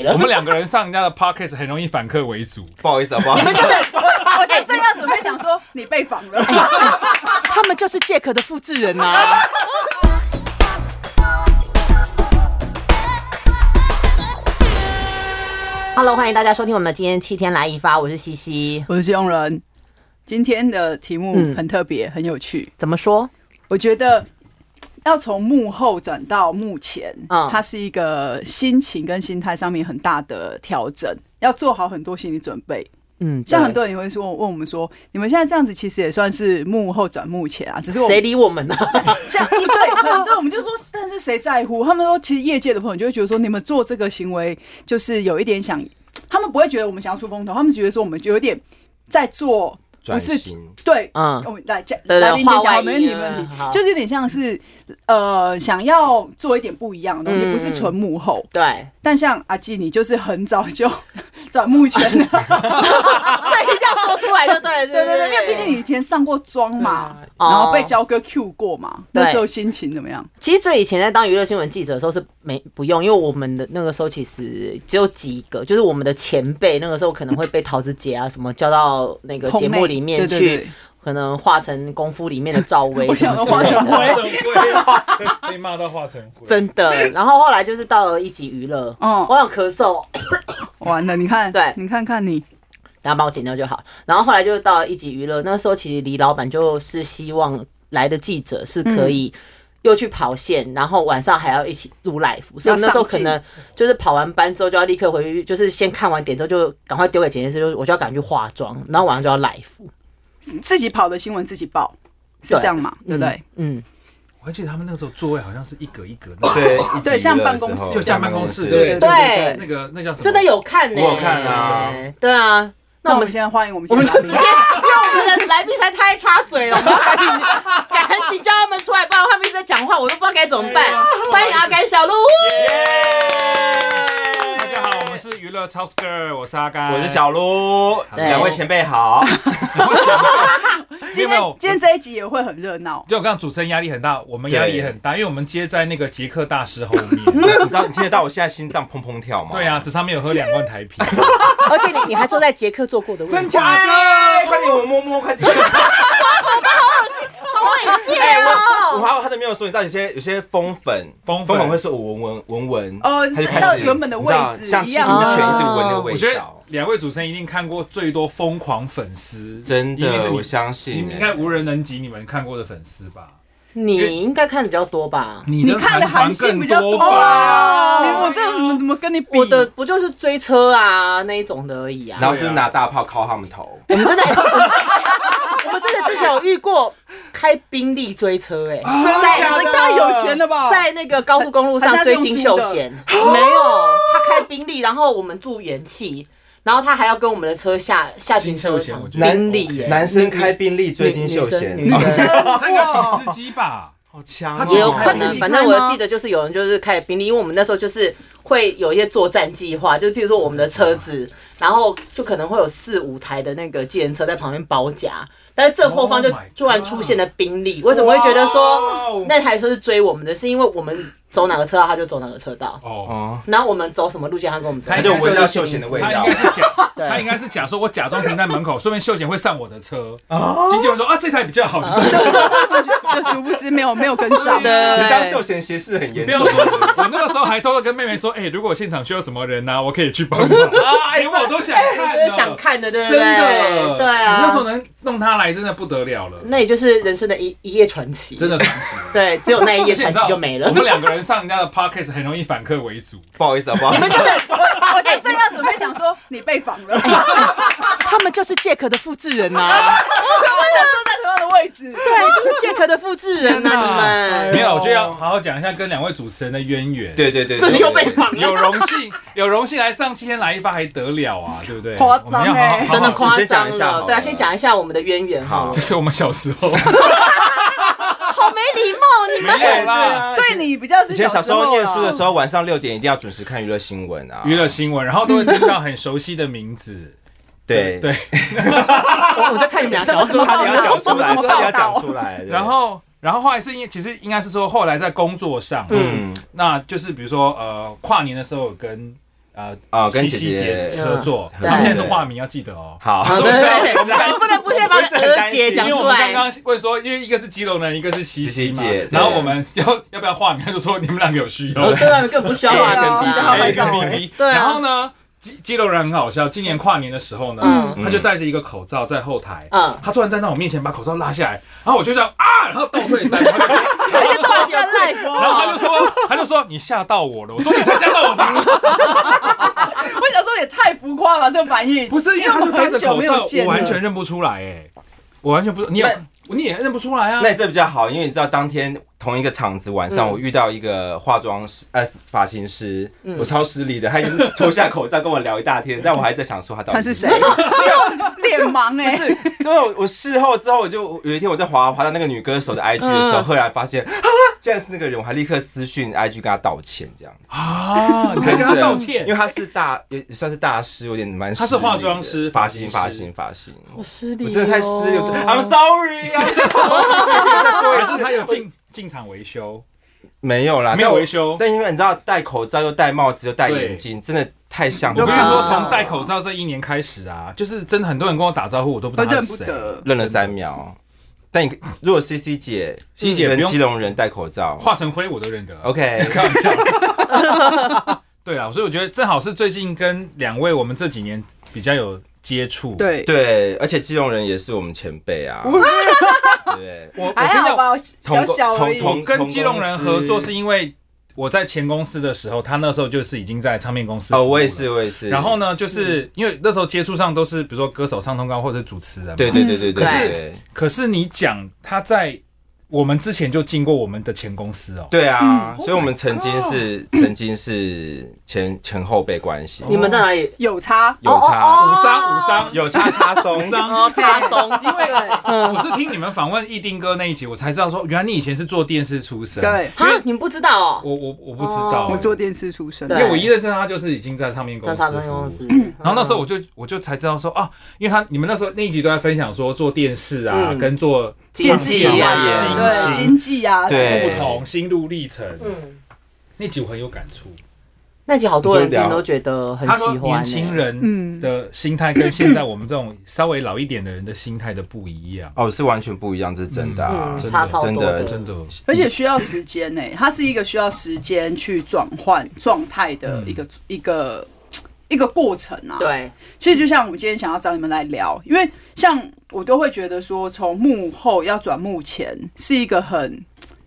了。我们两个人上人家的 podcast 很容易反客为 主。不好意思啊，不好你意们思就。是 我才正要准备讲说你被访了，他们就是 Jack 的复制人呐、啊。Hello，欢迎大家收听我们今天七天来一发，我是西西。 我是用人。今天的题目嗯很特别，很有趣。怎么说？我觉得要从幕后转到幕前，嗯它是一个心情跟心态上面很大的调整，要做好很多心理准备。嗯，像对很多人也会说问我们说，你们现在这样子其实也算是幕后转幕前啊，只是我们谁理我 们呢、像一对很多，我们就说，但是谁在乎？他们说，其实业界的朋友就会觉得说，你们做这个行为就是有一点想，他们不会觉得我们想要出风头，他们觉得说我们有一点在做，不转是型，对，嗯我们来讲，对对来宾先话外讲，没问题，音没问题嗯好，就是有点像是呃，想要做一点不一样的东西，嗯不是纯幕后。对，但像阿基，你就是很早就 转幕前了， 啊这一定要说出来就 对了，对对对，因为毕竟你以前上过妆嘛，对啊然后被哦焦哥 Q 过嘛，对那时候心情怎么样？其实最以前在当娱乐新闻记者的时候是没不用，因为我们的那个时候其实只有几个，就是我们的前辈那个时候可能会被桃子姐啊什么叫到那个节目里面去，对对对可能化成功夫里面的赵薇 我什想么到之类化成的，薇成灰，被骂到化成灰。真的。然后后来就是到了一级娱乐，嗯我想咳嗽，完了，你看，对你看看你，大家帮我剪掉就好。然后后来就到了一级娱乐，那时候其实李老板就是希望来的记者是可以又去跑线，然后晚上还要一起录 live，所以我那时候可能就是跑完班之后就要立刻回去，就是先看完点之后就赶快丢给剪辑师，就是我就要赶快去化妆，然后晚上就要 live，自己跑的新闻自己报，是对这样嘛？对不对？嗯？我还记得他们那个时候座位好像是一格一格的，对，一对起像的办时公候室就像办公室，对对对对那个那叫什嗯，么？真的有看呢、我有看啊，对啊，那那我我们们现在欢迎我们我们现就在直接，因为我们的来宾实在太插嘴了，我们要赶紧赶紧叫他们出来，不然他们一直在讲话，我都不知道该怎么办。欢迎阿甘小鹿，大家好，我们是娱乐超 s girl，我是阿甘，我是小鹿，对两位前辈好。没有没有，今天这一集也会很热闹。就我刚刚主持人压力很大，我们压力也很大，因为我们接在那个捷克大师后面。 你知道你听得到我现在心脏砰砰跳吗？对，啊，只差没有喝两罐台 啤。 而且你你还坐在杰克坐过的位置，真假的，快点我摸摸，快点。好猥亵我哦！还有他都没有说，你知道有些有些风粉，风粉会说我闻闻闻闻，哦他就开到始原本的你知道位置像一清泉样一直啊闻那个我味觉得道，两位主持人一定看过最多疯狂粉丝，真一定的，我是相你，你信欸们。应该无人能及你们看过的粉丝吧？你应该看的比较多吧？你你看的韩信更比较多多吧？啊，对你啊我这怎么跟你比？我的不就是追车啊那一种的而已啊然。后是不是拿大炮敲他们头，啊我们真的，我们真的之前有遇过开宾利追车，哎，在你太有钱了吧？在那个高速公路上追金秀贤，没有，他开宾利，然后我们住元气，然后他还要跟我们的车下下停车金秀贤我场，觉得宾利耶，男生开宾利追金秀贤，女女生女生他应该请司机吧？好强他哦，也有他可自能，己反开正我吗记得就是有人就是开宾利，因为我们那时候就是会有一些作战计划，就是譬如说我们的车子，然后就可能会有四五台的那个计程车在旁边包夹，但是正后方就 Oh my God 突然出现了宾利，为什么会觉得哇说哦那台车是追我们的？是因为我们走哪个车道他就走哪个车道，哦，哦，然后我们走什么路线他跟我们走他他哪就就个车道。闻到秀贤的味他应道该。是假，啊对他应该是假说，我假装停在门口，说明秀贤会上我的车。哦经纪人说啊，这台比较好，就就说是就殊不知没有没有跟上。你当对秀，贤斜视很严不重要，说，我那个时候还偷偷跟妹妹说，哎，如果现场需要什么人啊呢，我可以去 帮忙。连我都想看就是了，想看哎的，对不真对？的，对你那时候啊，能弄他来，真的不得了了，那也就是人生的一一夜传奇，真的传奇。对，只有那 一夜而且传你知奇道就没了我。们两个人上人家的 podcast 很容易反客为 主，不好意思啊，不好意你们思。就是我才正要准备讲说你被访了，我他们就是 Jack 的复制人呐、啊，坐在同样的位对，置。就是 Jack 的复制人呐、啊，你没们。有，我就要好好讲一下跟两位主持人的渊源。， 对对对，这里对又被绑了， 有荣幸，有荣幸来上七天来一发还得了啊，对不对？夸张我们要好好欸好好 真的夸你先张讲一下好了。了对啊，先讲一下我们的渊源哈。好就是我们小时 候好没礼貌，你没有啦。啊对你比较是以前小时时候候啊念书的时候，候，晚上六点一定要准时看娱乐新闻啊。娱乐新闻，然后都会听到很熟悉的名字，对对，我我就看你 们俩讲什么什么他报也道要讲出来，什这么报里道要讲出来。对然后然后后来是因为其实应该是说后来在工作上，嗯嗯，那就是比如说呃跨年的时候有跟。呃哦跟西姐西姐姐合作，对他们现在是化名，要记得哦。好，啊，对对对，不能不能把我很娥担姐心讲因为我们出刚来。刚问说，因为一个是基隆人，一个是西西嘛西西姐，然后对我们要要不要化名，他就说你们两个有需要哦，，对啊，更不需要化名对啊了对。好哎拍跟照 B 哎 B，对啊然后呢，基基隆人很好笑，今年跨年的时候呢，嗯他就戴着一个口罩在后台，嗯，他突然站在我面前把口罩拉下来，然后我就这样啊，然后倒退三步， 然后就突然间赖我，然后他就说，他就说你吓到我了，我说你才吓到我吧， 我想说也太浮夸了吧，这个反应。不是，因为他我就们戴很着久口没罩有，见我了完全认不出来，哎，我完全不，你也你也认不出来啊那，你这比较好，因为你知道当天同一个场子晚上，嗯我遇到一个化妆师，呃，发型师，嗯我超失礼的，他已经脱下口罩跟我聊一大 天，但我还在想说他到底他 是谁？ 脸盲哎、是，就是我我事后之后，我就有一天我在滑滑到那个女歌手的 IG 的时候，嗯赫然发现啊，竟然是那个人，我还立刻私讯 IG 跟他道歉，这样子，啊，你才跟他道歉哦因为，他是大也也算是大师，有点蛮失礼他是的，化妆师发型发发型型发型，我失礼，哦我真的太失礼了我真，I'm sorry，I'm sorry，还是他有进进场维修，没有啦，没有但我维修但因为你知道戴口罩又戴帽子又戴眼镜，真的太像我了。跟你啊说，从戴口罩这一年开始啊，就是真的很多人跟我打招呼，我都不知都道他认是不谁。得。愣了三秒。但你如果 C C 姐 C 姐不跟用基隆人戴口罩化成灰我都认得。 ，OK，开玩笑。 对啊，所以我觉得正好是最近跟两位我们这几年比较有接触。，对，对，而且基隆人也是我们前辈啊，对，我我跟你还好讲，吧，小同小而已。同我跟基隆人合作同公司是因为我在前公司的时候，他那时候就是已经在唱片公司。哦，我也。是，我也是。然后，呢，就是因为那时候接触上都是比如说歌手、唱通告或者主持人嘛。对对对对对可是对可是你讲他在我们之前就进过我们的前公司哦。对啊，所以我们曾经是曾经是前前后辈关系，哦你们在哪里？有差，有哦哦差哦五三五三有差差松五，三，哦，插松，因为我是听你们访问易丁哥那一集，我才知道说，原来你以前是做电视出身。，对，哈，你们不知道哦。我我我不知道、欸哦我做电视出身，因对为我一认识他就是已经在唱片公在司插服务，松公司。嗯然后那时候我就我就才知道说啊，因为他你们那时候那一集都在分享说做电视啊，嗯跟做经视纪啊，啊，对经济啊，对不同心路历程，嗯，那集我很有感触。那集好多人听都觉得很他喜说欢。欸年轻，人嗯，的心态跟现在我们这种稍微老一点的人的心态的不一样，哦，是完全不一样，这是真的啊嗯，，真的差超多真真的。而且需要时间呢、它是一个需要时间去转换状态的一个、一个一个过程啊。，欸对，其实就像我今天想要找你们来聊，因为像我都会觉得说，从幕后要转幕前是一个很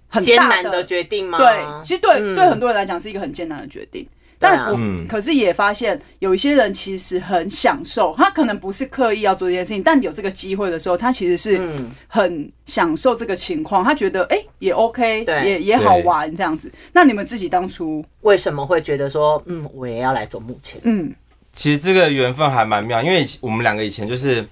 很艰大难的决定吗？对，其实对、嗯对很多人来讲是一个很艰难的决定。对啊但我、嗯可是也发现，有一些人其实很享受，他可能不是刻意要做这件事情，但有这个机会的时候，他其实是嗯很享受这个情况，他觉得哎、也 OK，对也也好玩这样子。那你们自己当初，为什么会觉得说，嗯，我也要来走幕前？嗯，其实这个缘分还蛮妙，因为我们两个以前就是，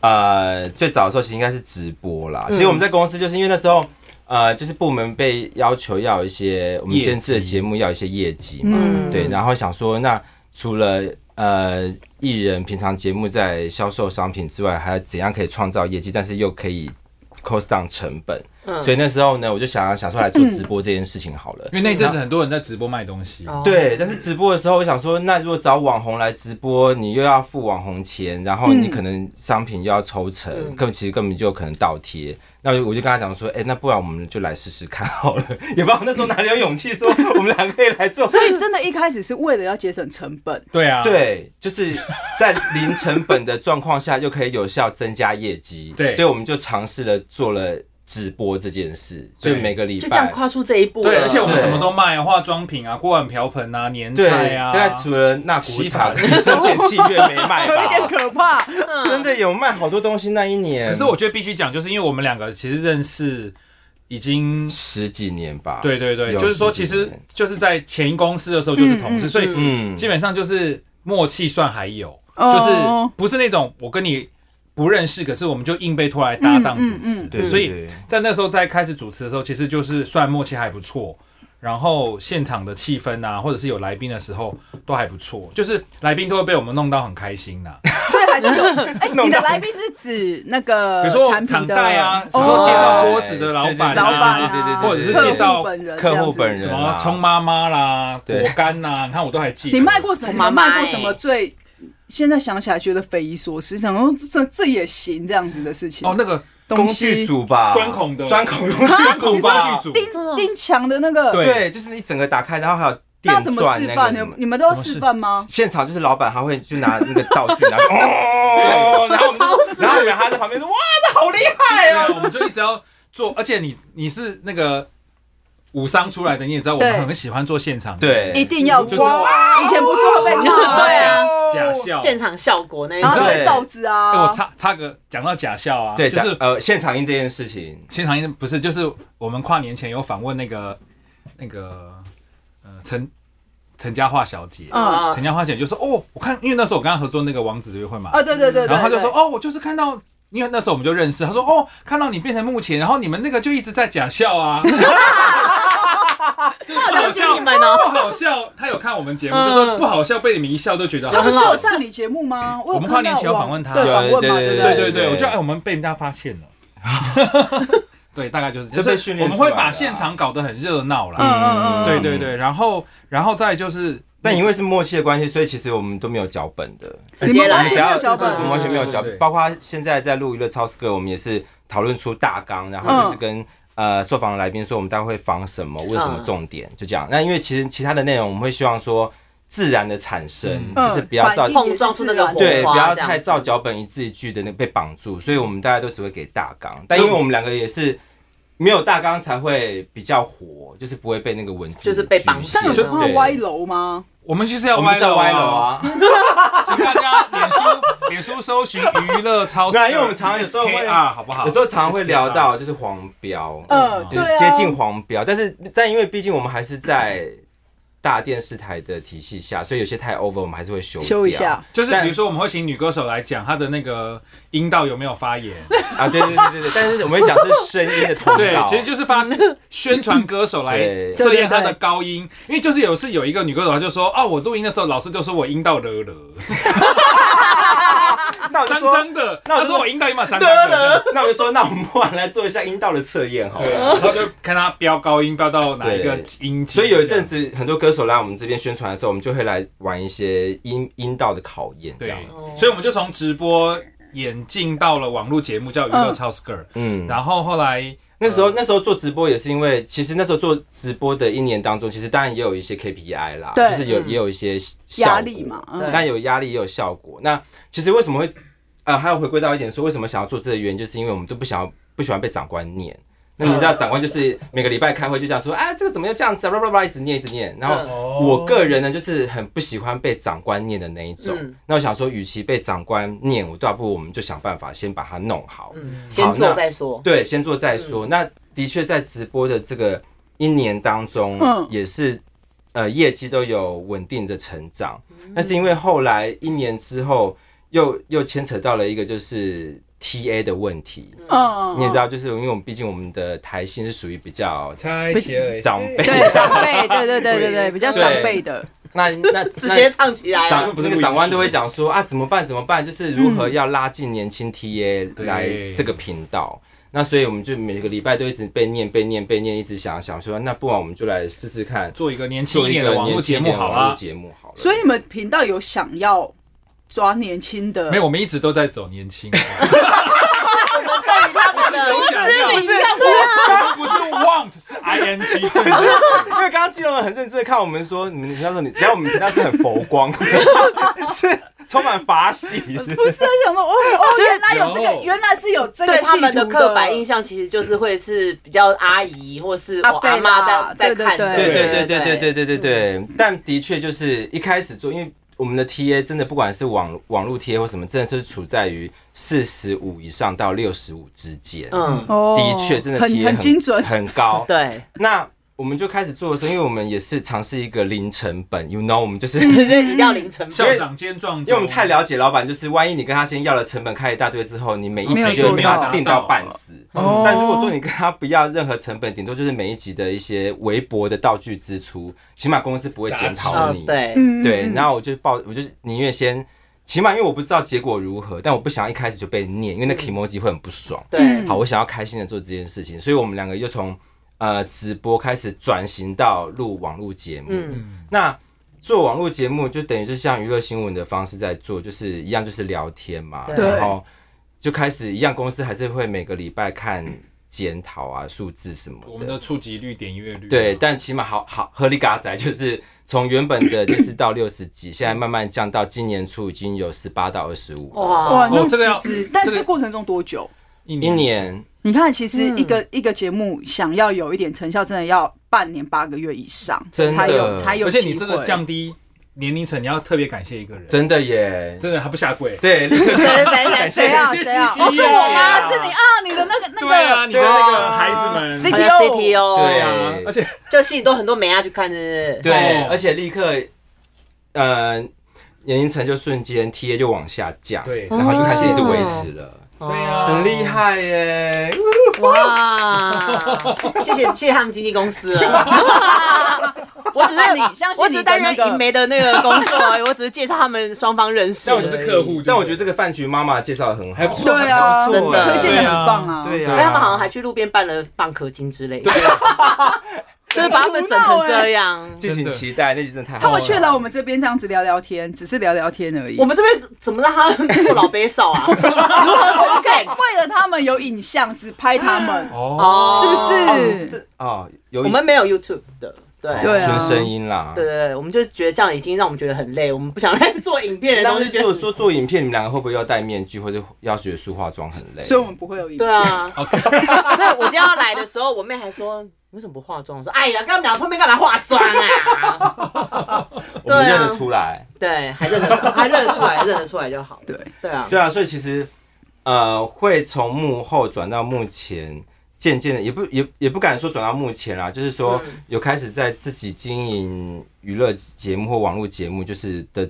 呃，最早的时候其实应该是直播啦。嗯其实我们在公司就是因为那时候，呃，就是部门被要求要有一些我们监制的业绩节目要有一些业绩嘛，嗯对，然后想说那除了呃艺人平常节目在销售商品之外，还怎样可以创造业绩，但是又可以 cost down 成本，嗯所以那时候呢，我就想想说来做直播这件事情好了因。为那一阵子很多人在直播卖东西，哦对，但是直播的时候，我想说，那如果找网红来直播，你又要付网红钱，然后你嗯可能商品又要抽成，嗯根本其实根本就可能倒贴。那我就我就跟他讲说，哎、那不然我们就来试试看好了。 也不知道我那时候哪里有勇气说我们俩可以 来做。所以真的一开始是为了要节省成本，对啊，对，就是在零成本的状况下，就可以有效增加业绩。对所以我们就尝试了做了直播这件事，所以对每个礼就这样拜。跨出这一步了。对，而且我们对什么都卖啊，化妆品啊、锅碗瓢盆啊、年对，菜啊，大概除了那古洗塔发提升电器越没 卖有一点吧，可怕。真的有卖好多东西那一年。可是我觉得必须讲，就是因为我们两个其实认识已经，十几年吧。对对对，有就是说十其几年实就是在前公司的时候就是同事，嗯嗯所以嗯，基本上就是默契算还有，哦就是不是那种我跟你不认识，可是我们就硬被拖来搭档主持，嗯嗯嗯对，所以对在那时候在开始主持的时候，其实就是算默契还不错。然后现场的气氛啊，或者是有来宾的时候，都还不错，就是来宾都会被我们弄到很开心呐、所以还还是有。哎，你的来宾是指那个比如说产厂品的代啊，比哦如说介绍锅子的老板老板啊，啊对或对对对对者是客户介绍本人这样客子，户本人什啊么葱妈妈啦、果对干呐，你看我都还记得。你卖过什我么？妈你妈卖过什么最？现在想起来觉得匪夷所思，想说这这也行这样子的事情哦，那个东工西具组吧，钻孔的钻孔工具钻组孔吧工，具组，真的钉钉墙的那个，对对，就是你整个打开，然后还有那电怎么钻示那范？个你什们么。你们都要怎么示示范吗？现场就是老板他会就拿那个道具， 然后哦，然后我们就然后然后他在旁边说哇，这好厉对害啊，我哦，们就一直要做，而且你你是那个武商出来的，你也知道我对们很喜欢做现场的对一定要就是做，以前不做会被骂。对 啊假笑。现场效果那一然后你知道吹对哨子哎，我啊，插插个讲到假笑啊，对，就讲是呃现场音这件事情，现场不是就是我们跨年前有访问那个那个呃陈陈嘉桦小姐，啊嗯陈，嘉桦小姐就说哦，我看因为那时候我跟她合作那个王子的约会嘛，啊，对对对对，然后他就对说：“哦，我就是看到，因为那时候我们就认识。”他说：“哦，看到你变成幕前，然后你们那个就一直在假笑 啊，就是不好了解笑你们哦不好笑。”他有看我们节目，就说嗯不好笑，被你们一笑就觉得他好不是笑。有上你节目吗？我有我们跨年看到前有网访问他对访问对对嘛，不对对对对，我觉得哎，我们被人家发现 了。对，大概就是就被是训练我们出来会了把啊现场搞得很热闹啦。嗯嗯嗯，对对对，然后然后再就是，但因为是默契的关系，所以其实我们都没有脚本的，直接我来们只没要有脚本对我们嗯完全没有脚对对本，对包括现在在录娱乐超市歌，我们也是讨论出大纲，然后就是跟。呃，受访的来宾说我们大概会访什么，问什么重点，就这样。那因为其实其他的内容我们会希望说自然的产生，嗯就是不要照反应碰撞出那个火花，对，不要这样太照脚本一字一句的那被绑住，所以我们大家都只会给大纲，但因为我们两个也是没有大纲才会比较火，就是不会被那个文字就是被绑局限但有所没对以有看到歪楼吗？我们就是要我们歪哦在楼歪楼，啊，请大家脸书脸书搜寻娱乐超市，对因为我们常常有时候会 KR 好不好？有时候常常会聊到就是黄标，嗯，就是对啊，接近黄标，但是但因为毕竟我们还是在大电视台的体系下，所以有些太 over 我们还是会修修一掉下。就是但比如说，我们会请女歌手来讲她的那个阴道有没有 发炎，啊，对对对对对，但是我们讲是声音的通对道，，其实就是发宣传歌手来对测验她的高音，因为就是有一次有一个女歌手，她就说哦，我录音的时候老师就说我阴道了了，那我就脏说，脏的，那她我就说我阴道有没有脏脏的，那我就说，那我们不然来做一下阴道的测验好对，了。然后就看她飙高音飙到哪一个音阶，所以有一阵子，很多歌手来我们这边宣传的时候，我们就会来玩一些阴阴道的考验，这对样。，所以我们就从直播演进到了网络节目叫娱乐超 skirt，嗯，然后后来。那时候那时候做直播也是因为，其实那时候做直播的一年当中，其实当然也有一些 KPI 啦，对就是有嗯也有一些效果压力嘛，，嗯对但有压力也有效果。那其实为什么会呃，还有回归到一点说，为什么想要做这个原因，就是因为我们都不想要不喜欢被长官念。那你知道长官 就是每个礼拜开会就这样说，哎，这个怎么又这样子啊，叭叭叭，一直念一直念。然嗯后哦我个人呢，就是很不喜欢被长官念的那一种。嗯那我想说，与其被长官念，我倒不如我们就想办法先把它弄好。嗯，先做再说，对，先做再说。那的确在直播的这个一年当中，嗯也是呃业绩都有稳定的成长，但是因为后来一年之后又又牵扯到了一个就是 TA 的问题， 嗯嗯，你也知 道，道，就是因为我们毕竟我们的台性是属于比较猜鞋而已长辈，对长辈，对对对对对，比较长辈的， 那那直接唱起来啊长了，不是那个录长音官室都会讲说啊，怎么办？怎么办？就是如何要拉近年轻 TA 嗯对来这个频道。那所以我们就每个礼拜都一直被念、被念、被念，一直想想说，那不然我们就来试试看，做一个年轻做一一点个的网络年轻节一点目的好网络啦。节目好了。所以你们频道有想要抓年轻的，没有，我们一直都在走年 轻化，啊对于他们的我想要失礼让我们不是 want 是 ing 正式。因为刚刚基隆人很认真的看我们说，你们频道说你，然后我们频道是很佛光， 是充满法 喜。不是很想说，哦哦，原来有这个，有原来是有这个对他们企图的的刻板印象，其实就是会是比较阿姨或是阿我伯阿啦妈在在对看的，对对哎对对对对对对对对，但的确就是一开始做，因为我们的 TA 真的不管是网网络 TA 或什么，真的就是处在于四十五以上到六十五之间。嗯，嗯，哦的确真的 TA 很很精准，很高。对，那我们就开始做的时候，因为我们也是尝试一个零成本，you know，我们 就是。就是嗯一定要零成本，校长兼撞因为钟，我们太了解老板，就是万一你跟他先要了成本开一大堆之后，你每一没有集就做没到有定到半死。哦但如果说你跟他不要任何成本，顶多就是每一集的一些微薄的道具支出，起码公司不会检杂讨嗯你。对，嗯对，然后后我就抱，我就宁愿先起码因为我不知道结果如何，但我不想一开始就被念，嗯因为那 emoji 会很不爽。对，好，我想要开心的做这件事情，所以我们两个又从呃直播开始转型到录网络节目。嗯那做网络节目就等于就像娱乐新闻的方式在做，就是一样就是聊天嘛，对然后就开始一样，公司还是会每个礼拜看检讨啊、数字什么我们的触及率、点阅率，啊对，，但起码好好合理嘎仔就是从原本的就是到六十几，现在慢慢降到今年初已经有十八到二十五，哇，哇，那哦这个要其实，但这个这过程中多久？一一年年你看，其实一个、一个节目想要有一点成效，真的要半年八个月以上，真的才有才有而机且会。你这个降低年龄层，你要特别感谢一个人，真的耶，真的还不哦下跪。对，立刻谁谁谁谁啊感谢谁啊？西西哦，是我吗？啊是你啊，你的那个那对啊，个你的那个孩子们， C- 好像 CTO，对啊，而且就吸引多很多美亚去看，是不是？对哦，而且立刻，呃，年龄层就瞬间 T A 就往下降，对然后就开始一直维持了，对啊很厉害耶！哇！谢谢谢谢他们经纪公司了，我只是像你像是我只是担任你的那个银媒的那个工作而已，我只是介绍他们双方认识。但我们是客，户，但我觉得这个饭局妈妈介绍的很还好不，错，对啊，还不真错的推荐的对很棒啊。对因为他们啊，好像还去路边办了蚌壳金之类的，对啊， 就是把他们整成这样。敬真请的期待，那集真的太他好们了。却来我们这边这样子聊聊天，只是聊聊天而已。 我们这边怎么让他做老杯少啊？如何重现？为了他们有影像，只拍他们，哦，是不哦是？这哦，有我们没有 YouTube 的，对对啊纯声音啦，对对对，我们就觉得这样已经让我们觉得很累，我们不想 再做影片了，那我就觉如果得说做影片，你们两个会不会要戴面具，或者要学梳化妆，很累？所以我们不会有影对像。啊。 所以我今天要来的时候，我妹还说你为什么不化妆？我说哎呀，跟他们俩碰面干嘛化妆啊？我们对啊认得出来。对，还认得还认得出来，认得出来就好了。对对啊，对啊，所以其实呃，会从幕后转到幕前，渐渐的也不也也不敢说转到幕前啦，就是说嗯有开始在自己经营娱乐节目或网络节目，就是的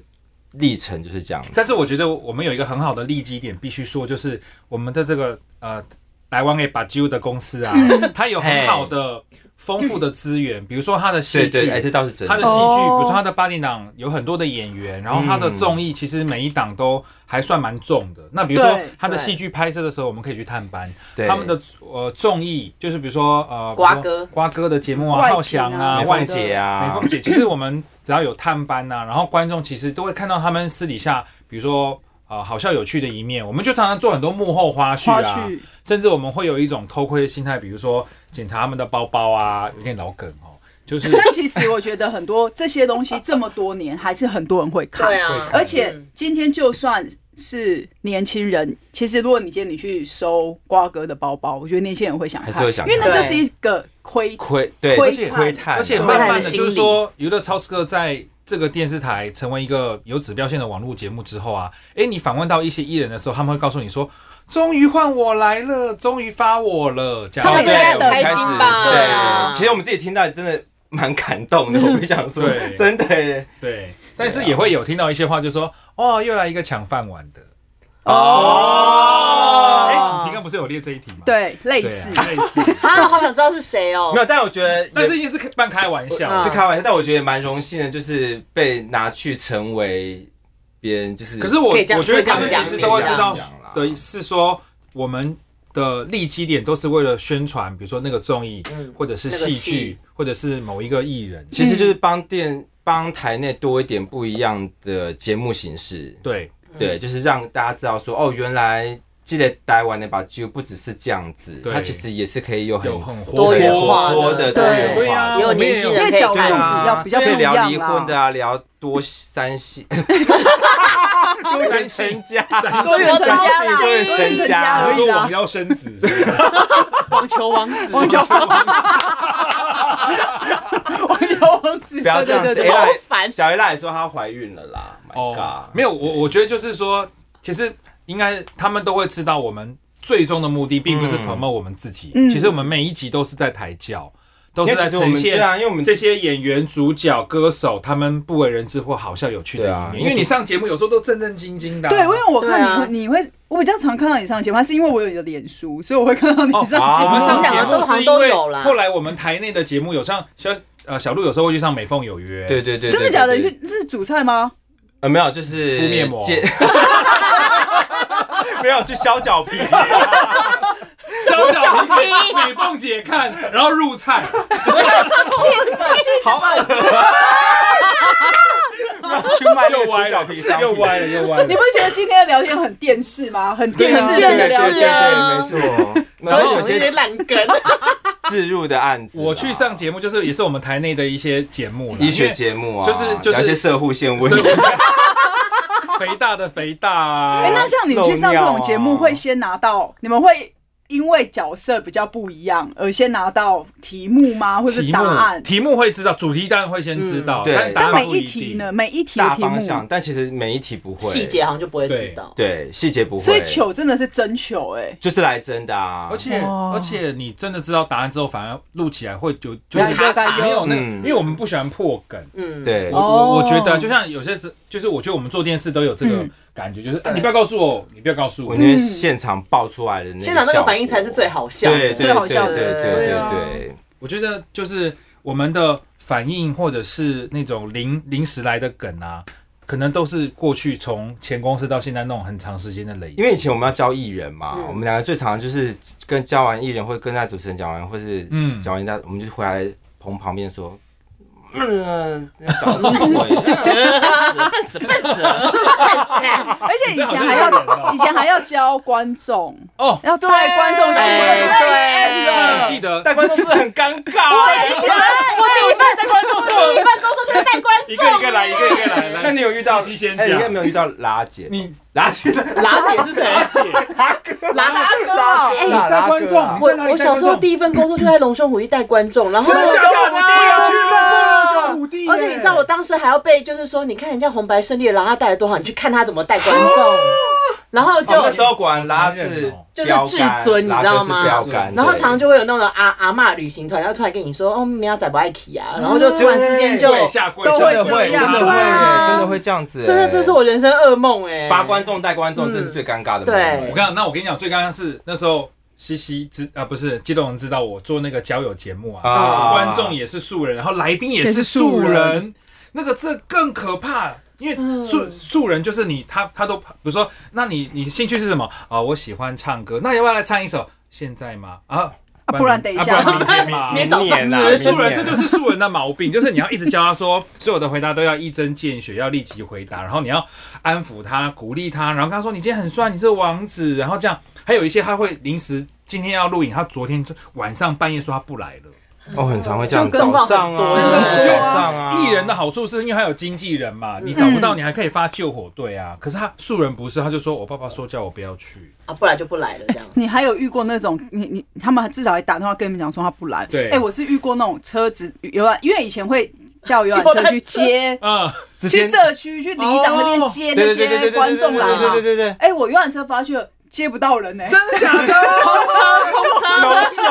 历程就是这样。但是我觉得我们有一个很好的利基点，必须说就是我们的这个呃台湾 A 把 G 的公司啊，嗯它有很好的丰富的资源，比如说它的对戏对，剧哎、，这倒是真他的的。戏剧，哦比如说他的八点档有很多的演员，然后他的综嗯艺其实每一档都还算蛮重的。那比如说对他的戏剧拍摄的时候，我们可以去探班，对他们的呃综艺就是比如说呃瓜比如说哥瓜哥的节目啊，外景啊浩翔啊，美外凤景姐美啊，凤姐，其实我们只要有探班呐、然后观众其实都会看到他们私底下，比如说。呃，好笑有趣的一面，我们就常常做很多幕后花絮花啊，絮甚至我们会有一种偷窥的心态，比如说检查他们的包包啊，有点老梗哦，就是但其实我觉得很多这些东西这么多年，还是很多人会看。对啊，而且今天就算是年轻人，其实如果你今天你去收瓜哥的包包，我觉得年轻人会想还是会看，想因为那看就是一个亏。窥对窥而且窥探啊，而且嘛慢慢的的，心就是理说，娱乐超市哥在这个电视台成为一个有指标性的网络节目之后啊，诶，你访问到一些艺人的时候，他们会告诉你说，终于换我来了，终于发我了，这样哦他们子。应对该很我们开开心始吧对啊其实我们自己听到真的蛮感动的，我不想说对，真的耶对，但是也会有听到一些话，就啊说，哦，又来一个抢饭碗的。哦。诶，哦你提纲不是有列这一题吗？对，类对啊，似。类似， 啊，我好想知道是谁哦没。有，但我觉得也但是一定是半开玩笑。嗯是开玩笑，但我觉得也蛮荣幸的，就是被拿去成为别人，就是可是我可以这样我觉得他们其实都会知道可以这样讲啦，对，是说我们的立基点都是为了宣传，比如说那个综艺，嗯或者是那个戏戏嗯剧，或者是某一个艺人。其实就是帮电帮台内多一点不一样的节目形式，对，嗯对，就是让大家知道说，哦，原来记得台湾的把剧不只是这样子，对它其实也是可以有很有很多元活化多的的多元对对化啊，也有我们年轻因人为可以角度对看，啊，比较比较可不一以样聊离啦婚 的啊，聊多三系多元 成家，多元成家多啦，多元元成成家家我而说已我啦们。要生子，是不是啊 网球王子，网球网球王子，不要这样对子。对对哎好那也烦小 A 拉也说她怀孕了啦，My 哦 God，，没有，我我觉得就是说，其实应该他们都会知道，我们最终的目的并不是嗯 promote 我们自己，嗯其实我们每一集都是在抬轿，都因是在为其实我们呈对现啊，因为我们这些演员、主角、歌手，他们不为人知或好笑有趣的对啊一面，因为你上节目有时候都正正经经的啊、对，因为我看你对啊会，你会，我比较常看到你上节目，还是因为我有你的脸书，所以我会看到你上节目。哦我们上节目是因我们两个都好像都为有啦后来我们台内的节目有上小呃小鹿有时候会去上《美凤有约》，对对对， 真的假的？你是是主菜吗？呃，没有，就是敷面膜借 没有去削脚皮，小脚皮给美凤姐看，然后入 菜，好恶啊！去卖那又个歪除脚了皮商，品，又歪 了，又歪了你。不觉得今天的聊天很电视吗？很电视对的对对聊天对对，啊没 错。然然后后有有些些烂梗，置入的案子啊，我去上节目，就是也是我们台内的一些节目啦，医学节目啊，就是就是聊一些社户线因为问题 所以。我 肥大的肥大啊，哎、那像你们去上这种节目，会先拿到？你们会因为角色比较不一样而先拿到题目吗？或是题答案目？题目会知道，主题当然会先知道嗯，对但答但案每不一一定题呢？？每一题的大题目方，向，但其实每一题不会细节好像就不会知道。对细节不会，所以糗真的是真糗哎、就是来真的啊，而且哦而且你真的知道答案之后，反而录起来会有就比较是卡卡没有那个，嗯因为我们不喜欢破梗。嗯，对我我我觉得就像有些时，就是我觉得我们做电视都有这个哦嗯感觉，就是哎你不要告诉我，你不要告诉我我，觉得现场爆出来的那嗯现场那效个果反应才是最好笑的。对对最好笑的对对对对对啊对我觉得就是我们的反应或者是那种临临时来的梗啊，可能都是过去从前公司到现在那种很长时间的累积。因为以前我们要教艺人嘛，嗯我们两个最常就是跟教完艺人，或者跟那主持人讲完，或是嗯讲完一大，我们就回来棚旁边说。嗯，小鬼，笨死笨死笨死！而且以前还这样好丢脸哦要以前还要教观众，哦，要对观众出对来对啊我累死记了。得带观众真的很尴尬。以前我第一份带观众，第一份工作就是带观一个一个来，一个一个来。来那你有遇到？哎，西你西先应该讲没，有遇到拉姐吧，你拉姐的众。拉姐是谁？而且拉大哥啊，哎你带观众我我小时候第一份工作就在龙兄虎地带 观众，然后真的假的我去虎地耶而且你知道我当时还要被就是说，你看人家红白胜利的狼他带的多好，你去看他怎么带观众，然后就啊哦那时候果然拉是就是至尊，你知道吗？然后常常就会有那种阿阿嬷旅行团，然后突然跟你说哦，明仔不爱去啊，嗯然后就突然之间就，跪所下跪都下会真的会，这真样的对会，啊真的会这样子。以这是我人生噩梦哎，罚观众带观众，嗯这是最尴尬的。对我跟你，讲，那我跟你讲，最刚刚是那时候西西知啊，不是激动人知道我做那个交友节目啊，啊观众也是素人，然后来宾也是素也是素人人，那个这更可怕。因为嗯素素人就是你，他他都比如说，那你你兴趣是什么啊、我喜欢唱歌，那要不要来唱一首？现在吗？啊啊不然等一下啊不然明天 嘛，明天早上明年啊对，明素人这年就是素人的毛病，就是你要一直教他说，所有的回答都要一针见血，要立即回答，然后你要安抚他、鼓励他，然后跟他说你今天很帅，你是王子，然后这样。还有一些他会临时今天要录影，他昨天晚上半夜说他不来了。我很常会这样，就跟早上状啊，况很多真的早上啊，艺人的好处是因为还有经纪人嘛，你找不到你还可以发救火队啊。可是他素人不是，他就说我爸爸说叫我不要去。啊，不然就不来了这样。你还有遇过那种你你他们至少还打电话跟你们讲说他不来。对哎、我是遇过那种车子游览，因为以前会叫游览 车去接，嗯，直去接社区去里长那哦边接那对对对对些对对观众来对嘛对。对对，哎、我游览车发去了，接不到人呢、哎真的假的？空车，空车，优秀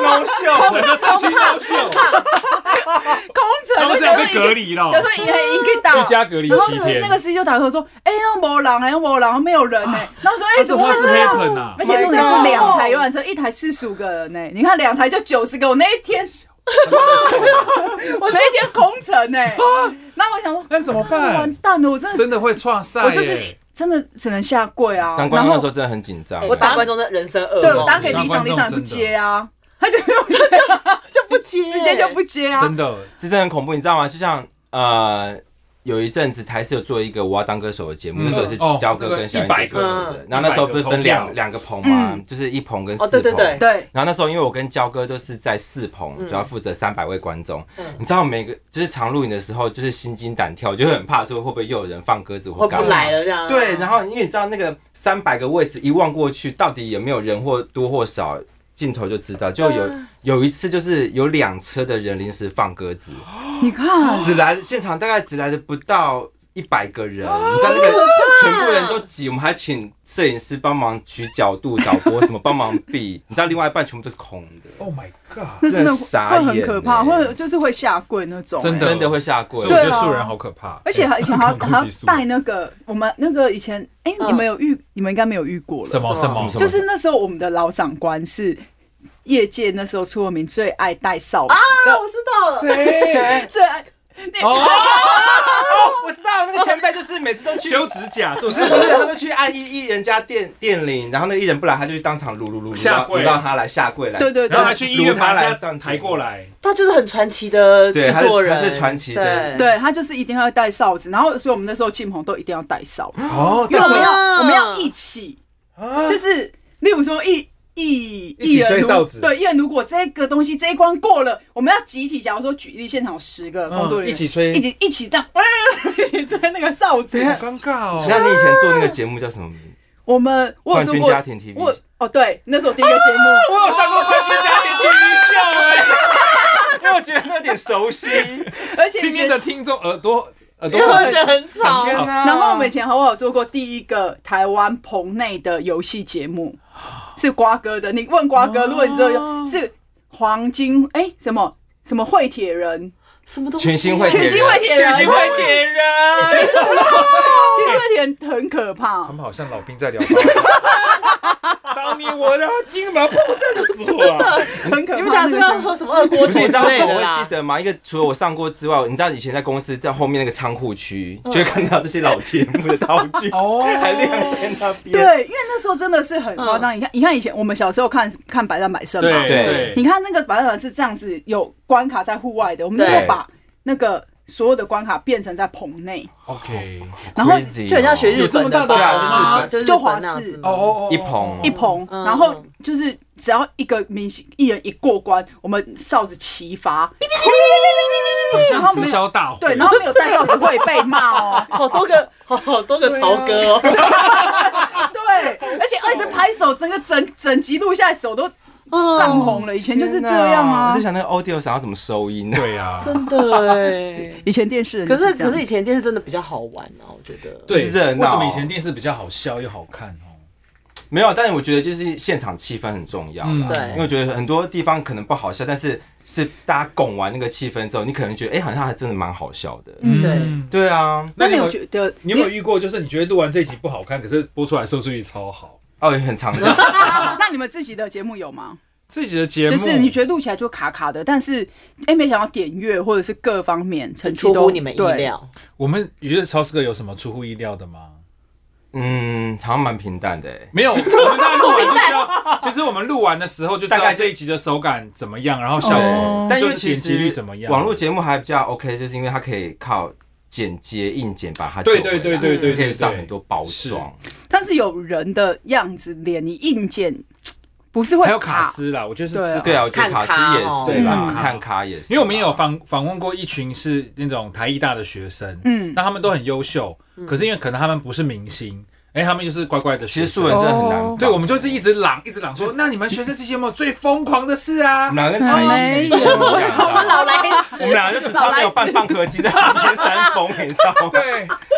优秀，整个社区都 秀，空他乘们 就这样想被说隔一个，离了，想说一个一个打。居家隔离然后七那天个那。个司机就打给我说：“哎、欸，要没人，要没人，没有人呢、然后我说：“哎、他怎这么话会是这样？” Oh happen 啊？而且重点是两台游览车，一台四十五个人呢、哎你看两台就九十个，我那一天， 我那一天空乘呢、啊然后我想说，那怎么完办？蛋了，我真的，真的会创赛、耶我就是真的只能下跪啊。当然观众的时后候真的很紧张。我打观众的人生噩对我梦，打给李长，李长也不接啊，他就就不接，直接就不接啊。真的这真的很恐怖，你知道吗？就像呃，有一阵子台视有做一个《我要当歌手》的节目，嗯那时候也是哦焦哥跟小燕姐主持那个的100。然后那时候不是分嗯两两个棚嘛，就是一棚跟四哦，棚。对对对，对，然后那时候因为我跟焦哥都是在四棚，嗯主要负责三百位观众。你知道每个就是常录影的时候，就是心惊胆跳，就很怕说会不会又有人放鸽子或会干不嘛。来了这样。对，然后因为你知道那个三百个位置一望过去，到底有没有人或多或少，镜头就知道。就有、啊啊有一次就是有两车的人临时放鸽子，你看，只来现场大概只来了不到一百个人，啊你知道那个全部人都挤，我们还请摄影师帮忙取角度、导播什么帮忙 避，你知道另外一半全部都是空的， ，Oh my God！那真真的的傻会眼很可怕，欸会就是会下跪那种、真欸真的会下跪所以。我觉对得啊素人好可怕，而且啊还以前还要恐怖还要极速带那个我们那个以前，哎、嗯你们有遇，你们应该没有遇过了什。么什什么么什么就是那时候我们的老长官是业界那时候出了名最爱带哨子的，啊，我知道了，谁？谁最爱哦，我知道那个前辈就是每次都去，修指甲做不事是，不是，他都去按一一人家店店铃，然后那个艺人不来，他就去当场撸撸撸撸下到跪撸到他来下跪来。对对对然后还去医院把如他人来家上抬过来，他就是很传奇的对制他是作人，他是传奇的对对他就是一定要带哨子，然后所以我们那时候进棚都一定要带哨子，哦，啊因为我们啊要我们要一起， 就是例如说一。一一起人吹如哨子对，一人如果这个东西这一关过了，我们要集体，假如说举例，现场有十个工作人嗯员、一起吹一起一起这样， 呃一起吹那个哨子。好尴尬哦，那你以前做那个节目叫什么名？我们我有做过冠军家庭 TV 我哦对，那是我第一个节目，啊我有上过《冠军家庭 TV 秀》哎， 因为我觉得那有点熟悉。而且今觉天得的听众耳朵耳朵因为我觉得很吵很。天哪！哦然后我啊们以前好不好做过第一个台湾棚内的游戏节目，是瓜哥的。你问瓜哥，如果你知哦道是黄金哎、什么什么会铁人，什么东西、啊全新会铁全人新会铁人，全新会铁人，全哎新会铁人很可怕他。们好像老兵在聊吧。当年我的金门炮战的时候啊，很可怕。你们打算要喝什么二锅不头是之你知道类我的会啦记？得吗？一个除了我上过之外，你知道以前在公司在后面那个仓库区，嗯就会看到这些老节目的道具，哦还晾在那边。对，因为那时候真的是很夸张。你看，你看以前我们小时候看看百战百胜嘛对，对你看那个百分百是这样子，有关卡在户外的，我们对就把那个所有的关卡变成在棚内， ，OK， 然后 Crazy 就很像学哦有日本吧这么大的啊就是就日本华那样子视嘛哦哦哦，一棚一棚，嗯，然后就是只要一个明星艺人一过关，我们哨子齐发，很然后像直没有销大会，对，然后没有带哨子会被骂哦 好多 个，好好多个曹哥哦，对，而且一直拍手，整个整整集录下来手都涨嗯，红了，以前就是这样我啊在，想那个 audio 想要怎么收音呢？对啊， 真 的哎。以前电视人可是这样可是以前电视真的比较好玩啊，我觉得。对，就是热为闹什么以前电视比较好笑又好看哦？没有，但是我觉得就是现场气氛很重要啦嗯对因为我觉得很多地方可能不好笑，但是是大家拱完那个气氛之后，你可能觉得哎、好像还真的蛮好笑的。嗯对对啊，那你有有觉得你有没有遇过，就是你觉得录完这一集不好看，可是播出来收视率超好？哦，也很常见。啊那你们自己的节目有吗？这集的节目就是你觉得录起来就卡卡的，但是哎、诶没想到点阅或者是各方面成绩出都乎你们意。料，我们娱乐超市哥有什么出乎意料的吗？嗯，好像蛮平淡的、欸。没有，我们大家录完就知道，就是我们录完的时候就知大概道就这一集的手感怎么样，然后效果哦，但因为就是其点击率实怎么样？网络节目还比较 OK，就是因为它可以靠剪接硬剪把它对救回对来对对对可对以上对很多包是装。对但是有人的样子脸，你硬件不是会还有卡斯啦，我觉得是对啊吃对啊，我觉得看卡咖斯也是哦啦嗯，看咖也是啦，因为我们也有访访问过一群是那种台艺大的学生，嗯那他们都很优秀，嗯可是因为可能他们不是明星，哎，他们就是乖乖的学其实素生人。真的很难哦访。对，我们就是一直朗一直朗说，那你们学生时期有没有最疯狂的事啊 我们？两个跟才艺没不一样有啊我们老来我们俩就只差没有半蚌壳机在旁边扇风，你知道吗？对，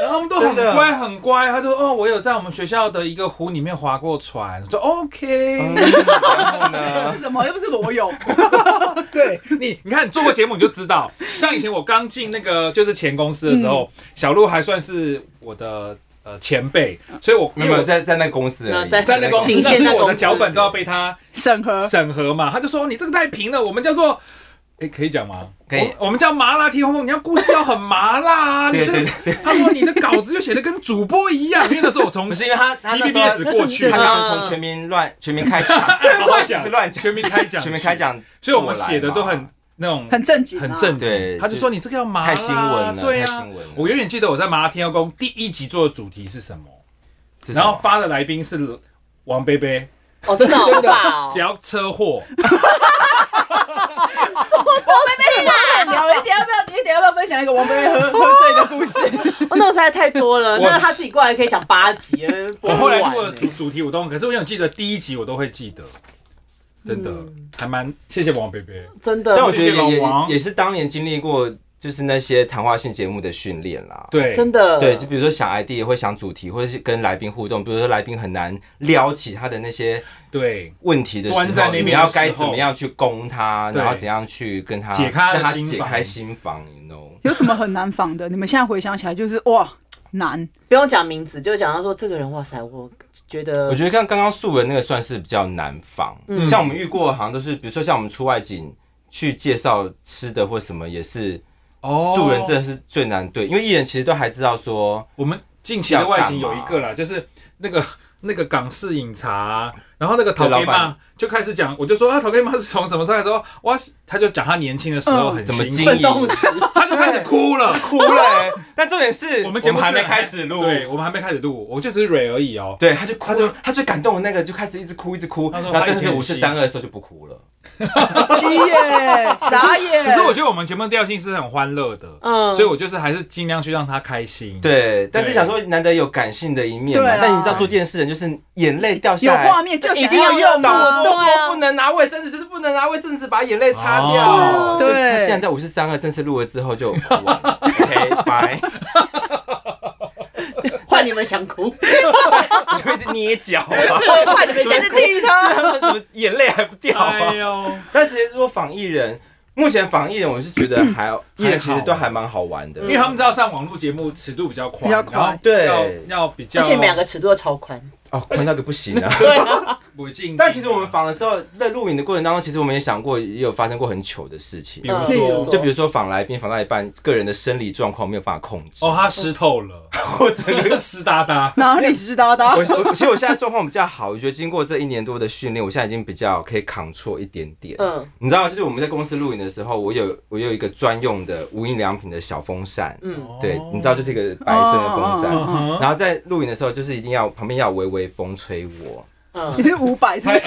然后他们都很真的乖很乖，他说哦，我有在我们学校的一个湖里面划过船，我说 OK，、嗯然后呢嗯是？什么？又不是裸泳， 对 你，你看你做过节目你就知道，像以前我刚进那个就是前公司的时候，小鹿还算是我的呃前辈，所以我没因为有我在在那公司而已，嗯在在那公司，仅那限时在候我公的司脚本都要被他审核审核嘛，他就说你这个太平了，我们叫做。哎，可以讲吗？可以我，我们叫麻辣天后梦，你要故事要很麻辣啊！你 对这个对，他说你的稿子就写的跟主播一样，因为那时候我 从不是因为他他那时候 TVBS 过去，他好刚刚从全民乱全民开 讲，好不讲是，乱讲，全民开讲，全民开，讲过来嘛，所以我们写的都很那种很正经、啊，很正经对。他就说你这个要麻辣啊太新闻了，对太啊新。闻了。我永远记得我在麻辣天后宫第一集做的主题是什么，这是然后什么发的来宾是王贝贝哦， 真的好棒哦，聊车祸， 聊一点，要不要？一点要不要分享一个王菲菲喝喝醉的 故事？哦那个实在太多了，我那他自己过来可以讲八 集，我后来播不欸录完的主主题我都，可是我永远记得第一集我都会记得，真的嗯还蛮谢谢王贝贝。真的，但我觉得谢谢也老王也也是当年经历过，就是那些谈话性节目的训练啦。对，真的对，就比如说想 idea 或想主题，或者是跟来宾互动，比如说来宾很难撩起他的那些对，问题的时候，关在那边的你要该时怎候么样去攻他，对然后怎样去跟他解开他的让他心解房开心房，you know。有什么很难仿的？你们现在回想起来就是哇难，不用讲名字，就讲到说这个人，哇塞，我觉得我觉得像刚刚素人那个算是比较难防，嗯像我们遇过好像都是，比如说像我们出外景去介绍吃的或什么，也是哦素人真的是最难对，因为艺人其实都还知道说，我们近期的外景有一个啦，就是那个那个港式饮茶、然后那个陶对黑老板妈就开始讲，我就说啊，陶黑妈是从什么时候开始说？哇，他就讲他年轻的时候嗯很怎么兴经奋，奋斗史，他就开始哭了。 哭了、欸。但重点是 我们节目是还没开始录，对，我们还没开始录，我就只是蕊而已哦。对，他就他就他最感动的那个就开始一直哭一直哭，他说然后真他以前的是很五十细三二的时候就不哭了。鸡耶，傻眼。可是我觉得我们节目调性是很欢乐的，嗯所以我就是还是尽量去让他开心。，对，但是想说难得有感性的一面对嘛啊，但你知道做电视人就是眼泪掉有下来，画面就想一定要用用到我嘛都对说啊不能拿卫生纸，就是不能拿卫生纸把眼泪擦掉哦。对就他竟然在五十三个正式录了之后就哭了 OK，拜，换你们想哭，我 就一直捏脚啊，快点，就是踢他。他们怎么眼泪还不掉啊哎？呦，但其实如果仿艺人，目前仿艺人我是觉得还艺人其实都还蛮好玩的嗯因，为他们知道上网络节目尺度比较宽，比较宽然后对要要比较，而且你们两个尺度都超宽，哦，宽到个不行 啊。对啊，不近。但其实我们，访的时候，在录影的过程当中，其实我们也想过，也有发生过很糗的事情比。如嗯说，就比如说访来宾，访到一半，个人的生理状况没有办法控制。哦，他湿透 了，我真的，湿哒哒。哪里湿哒哒？我我其实我现在状况比较好，我觉得经过这一年多的训练，我现在已经比较可以 control 一点点。嗯你知道，就是我们在公司录影的时候，我有我有一个专用的无印良品的小风扇，嗯，对，哦你知道就是一个白色的风扇。哦哦哦哦嗯哼，然后在录影的时候，就是一定要旁边要有微微风吹我， 你嗯，是五百是才不哎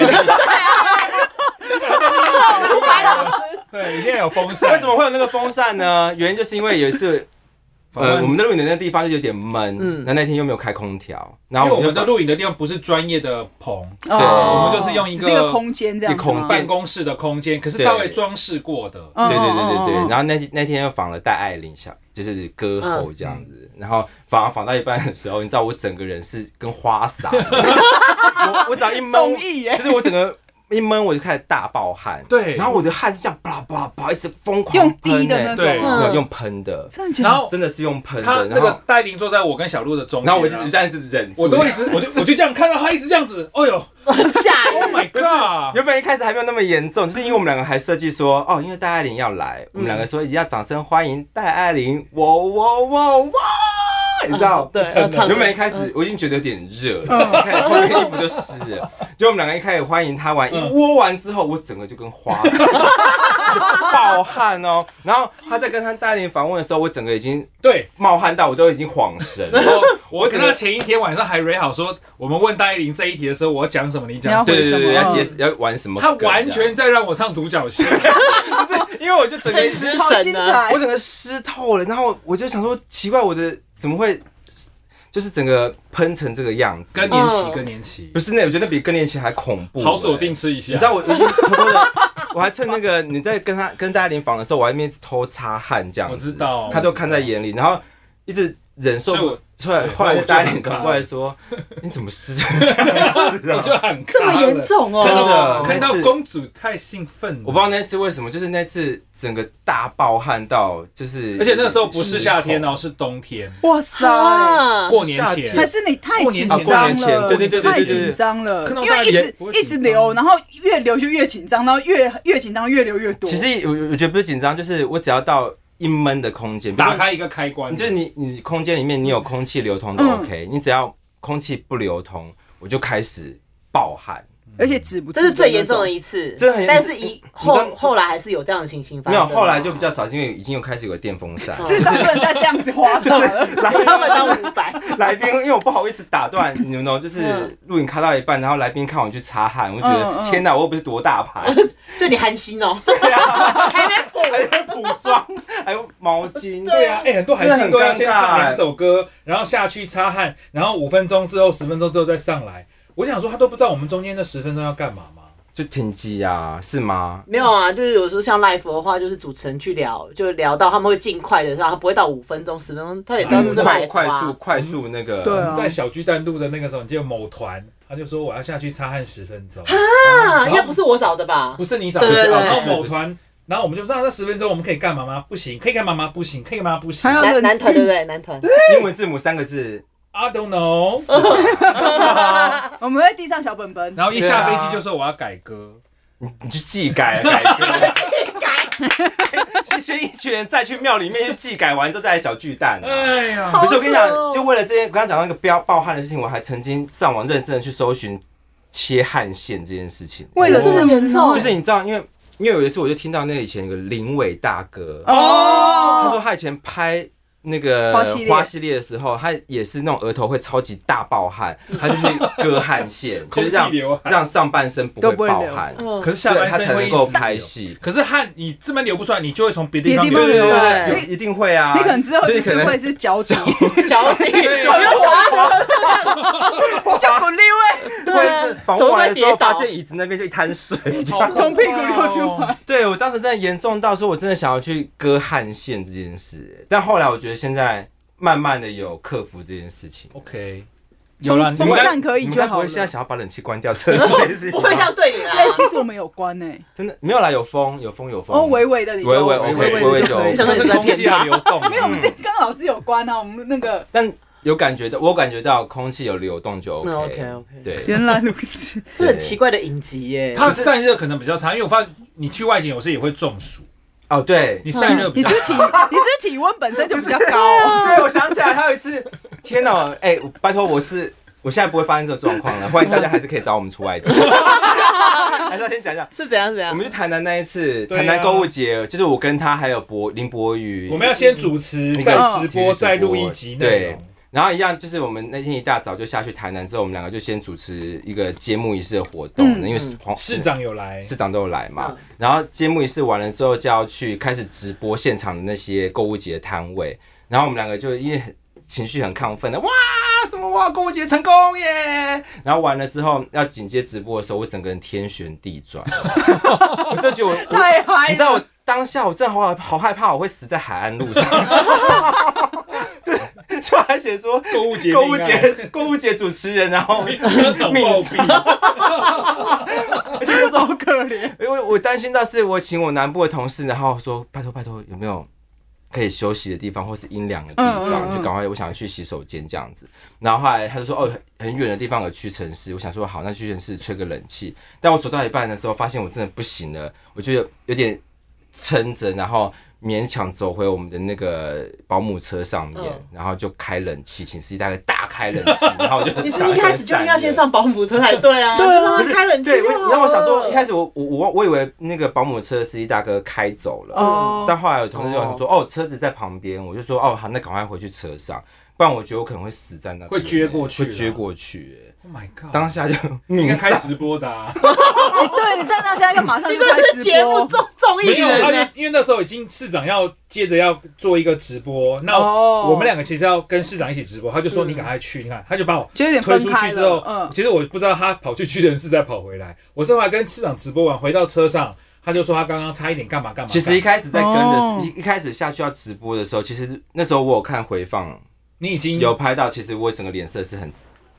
是？ 对，一定要有风扇。为什么会有那个风扇呢？ 原因就是因为有一次 访问？呃，我们在录影的那个地方就有点闷，嗯那那天又没有开空调，然因为后我们就的录影的地方不是专业的棚，我们就是用一个哦只是一个空间这样子吗，一个空间办公室的空间，可是对稍微装饰过的。嗯对对对哦对对，嗯嗯嗯然后那天那天又仿了戴爱玲小，就是歌喉这样 子，然后仿仿到一半的时候，你知道我整个人是跟花洒 一样，我我只要一综闷，艺耶，就是我整个一闷我就开始大爆汗，对然后我的汗是这样巴拉巴拉巴拉一直疯狂用喷低的欸那对种吗，没有嗯用喷的，真的假的然后真的是用喷他的，那然后个戴琳坐在我跟小鹿的中间，然后我就一直这样一直忍住，我都一直，我就我就这样看到他一直这样子，哎呦下一，Oh 个 my god！原本一开始还没有那么严重，就是因为我们两个还设计说，哦，因为戴爱玲要来，我们两个说一定要掌声欢迎戴爱玲，哇哇哇哇，你知道？对，呃要唱歌呃原本一开嗯始我已经觉得有点热了，看换了衣服就湿了。就我们两个一开始欢迎他完，嗯一窝完之后，我整个就跟花 爆汗哦。然后他在跟他戴爱玲访问的时候，我整个已经 对，冒汗到我都已经恍 神了。 我我我只跟能他前一天晚上还 r 好说，我们问戴琳这一题的时候，我要讲什么，你讲什你么。对对对，对要为接什要玩什么他梗这样？完全在让我唱独 角戏，因为我就整个很失 好精神啊，彩我，整个湿透了，然后我就想说，奇怪，我的怎么会就是整个喷成这个样子？更年期，更年期不，是那，我觉得比更年期还恐怖、好锁定欸吃一下。你知道我，我 已经偷偷的，我还趁那个你在跟他跟大家联访的时候，我还一边偷擦汗这样子，我知道他都看在眼里，然后一直忍受所以我不。出来，对后来我就大家很脸转怕过来说：“ 你怎么湿成这样子我啊就很这么严重哦，真的看到公主太兴奋了，我不知道那次为什么，就是那次整个大暴汗到，就是而且那个时候不是夏天哦，哦，是冬天，哇塞！啊，过年夏前天还是你太紧啊过张年前了，对对对对太对对紧张了，看到因大为一家也直不会一紧张直流，然后越流就越紧张，然后越越紧张越流越多。其实我我我觉得不是紧张，就是我只要到一闷的空间，比如打说开一个开关，就是你你空间里面你有空气流通都嗯 OK，、你只要空气不流通，我就开始暴汗。而且止不住这的那是种，最严重的一次，这很严但是一你知后道后来还是有这样的情形发没生有，吗。后来就比较少，是因为已经有开始有个电风扇。至少不能再这样子花 上了。 来 他们当五百，来宾，因为我不好意思打断，你们懂，就是嗯录影开到一半，然后来宾看我去擦汗，我就觉嗯得嗯天哪，我又不是多大牌，对你寒心哦，还在补，还在补妆，还有毛巾，对啊，哎、很多韩真信的都很尴要尬先唱两首歌，然后下去擦汗，然后五分钟之后、十分钟之后再上来。我想说，他都不知道我们中间那十分钟要干嘛吗？就停机啊，是吗？没有啊，就是有时候像 live 的话，就是主持人去聊，就聊到他们会尽快的，然后他不会到五分钟、十分钟，他也知道这是嗯快 live 快速啊。快速那个，对啊在小巨蛋录的那个时候，你记得某团，他就说我要下去擦汗十分钟，啊，然后应该不是我找的吧？不是你找对的，对对然后对某团，然后我们就说那这十分钟我们可以干嘛吗？不行，可以干嘛吗？不行，可以干嘛吗不行嗯还。有男男团对不对？男团英文字母三个字， I don't know。我们会递上小本本，然后一下飞机就说我要改歌，你去技改改歌，改是先一群人再去庙里面去祭改完之后再来小巨蛋、啊。哎呀，不是我跟你好扯哦讲，就为了这些，我刚刚讲到那个标暴汗的事情，我还曾经上网认真的去搜寻切汗腺这件事情。哦为了这么严重就是你知道，因为因为有一次我就听到那个以前有个林伟大哥，他哦，说他以前拍那个花系列花系列的时候，他也是那种额头会超级大爆 汗，他就去割汗 腺，就空是让气流汗啊让上半身不都会不会爆流汗，嗯可是下对半他才身会能一够直拍流戏。可是汗你这边流不出来，你就会从别的地别方地方流流出出来。来有一定会啊，哎你可能之后就就是可是能会是脚 趾，脚底，我没有脚就不溜哎，啊会 防护完的时候走在跌倒发现椅子那边就一滩水。好哦从屁股溜出来。对我当时真的严重到说，我真的想要去割汗腺这件事，但后来我觉得现在慢慢的有克服这件事情。 OK，有了，你风们扇可以你们就该不好会了。现在想要把冷气关掉测试一 不会这样对你哎啦，。其实我们有关哎，真的没有啦，有风，有风，有风。哦，微微的，你就微微微 OK，微微微的就可以就就是是空气的流动，啊没有，我们这刚好是有关啊，我们那个但有感觉到，我感觉到空气有流动就 OK。哦那 OK，OK 对， 原来如此，这很奇怪的影集耶。它散热可能比较差，因为我发现你去外景有时也会中暑，哦对，嗯你散热比你较是不是体你是不是体温本身就比较 高，对，我想起来，还有一次，天哪， 哎、我拜托，我是我现在不会发生这种状况了，欢迎大家还是可以找我们出外景。 还是要先讲一下，是怎样怎我样？们去台南那一次，对啊台南购物节，就是我跟他还有博林博宇，我们要先主持，再直播，再录一集内对容。。然后一样，就是我们那天一大早就下去台南之后，我们两个就先主持一个揭幕仪式的活动，嗯因为是黄市长有来，市长都有来嘛嗯。然后揭幕仪式完了之后，就要去开始直播现场的那些购物节的摊位。然后我们两个就因为很情绪很亢奋的哇，什么哇，购物节成功耶！然后完了之后要紧接直播的时候，我整个人天旋地转，我就觉得我我太嗨你知道我了，当下我真的好好害怕，我会死在海岸路上。对，就还写说购物节，购物节购物节主持人，然后 当场暴毙，而且那时候好可怜， 因为我担心到是我请我南部的同事，然后说拜托拜托有没有可以休息的地方或是阴凉的地嗯嗯方，嗯就赶快我想去洗手间这样子。然后后来他就说哦很很远的地方有屈臣氏，我想说好那屈臣氏吹个冷气。但我走到一半的时候发现我真的不行了，我就有有点撑着，然后。勉强走回我们的那个保姆车上面，嗯然后就开冷气，寝室大概大开冷气，然后我就你是一开始就应该先上保姆车才对啊，对啊就让他开冷气对，就我好哦啊了。你让我想说，一开始我我我我以为那个保姆车的司机大哥开走了， 哦但后来有同事就想说，哦，车子在旁边，我就说，哦，好，那赶快回去车上，不然我觉得我可能会死在那边，会撅过去啊会撅过去。欸 Oh my god！当下就嗯应命该丧开直播的啊，哎对，但大家要马上你就这开个直节目播，综综艺没有，人他呢就因为那时候已经市长要接着要做一个直播，那哦我们两个其实要跟市长一起直播，他就说嗯你赶快去，你看他就把我就有点推分出开去之后了，，嗯，其实我不知道他跑去屈臣氏再跑回来，我是后来跟市长直播完回到车上，他就说他刚刚差一点干嘛干嘛。其实一干嘛开始在跟哦的一一开始下去要直播的时候，其实那时候我有看回放，你已经有拍到，其实我整个脸色是很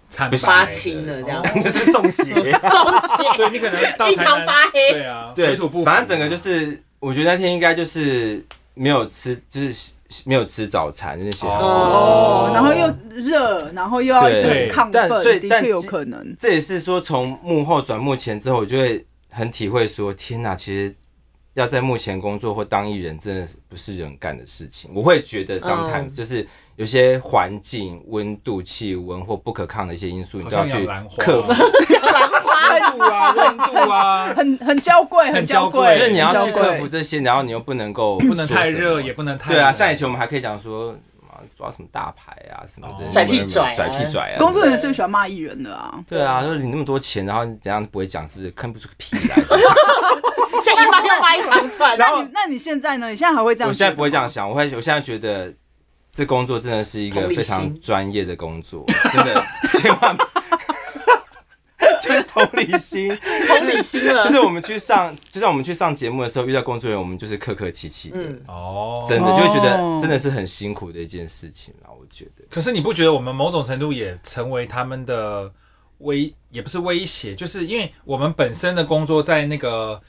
惨不发白行青了这样，哦 就是中 邪。中邪对你可 能到一台头南，发黑。对啊，对，水土不服，反正整个就是，我觉得那天应该就是没有吃，就是没有吃早餐，就是写。哦，然后又热，然后又要一直很对亢但所奋，以的但确有可能。这也是说从幕后转幕前之后，我就会很体会说，天哪，其实要在幕前工作或当艺人，真的是不是人干的事情。我会觉得嗯 sometimes 就是有些环境、温度、气温或不可抗的一些因素，你好都要像养去兰花，克服。湿度啊，温度啊，很很娇贵，很娇很娇贵，贵就是你要很娇去贵克服这些，然后你又不能够不能太说什热，么也不能太对啊，冷像以前我们还可以讲说啊抓什么大牌啊什么哦的，拽屁拽啊拽屁拽啊。工作人员最喜欢骂艺人了啊！对啊，就是你那么多钱，然后你怎样都不会讲，是不是看不出个屁来？ 像一般要掰长串，然后那你那你现在呢？你现在还会这样？我现在不会这样。想，我会我现在觉得这工作真的是一个同理心非常专业的工作， 真的千万。 就是同理心， 同理心了就。是我们去上，就像我们去上节目的时候遇到工作人员，我们就是客客气气的，嗯，哦，真的就会觉哦得真的是很辛苦的一件事情啦。我觉得，可是你不觉得我们某种程度也成为他们的威，也不是威胁，就是因为我们本身的工作在那个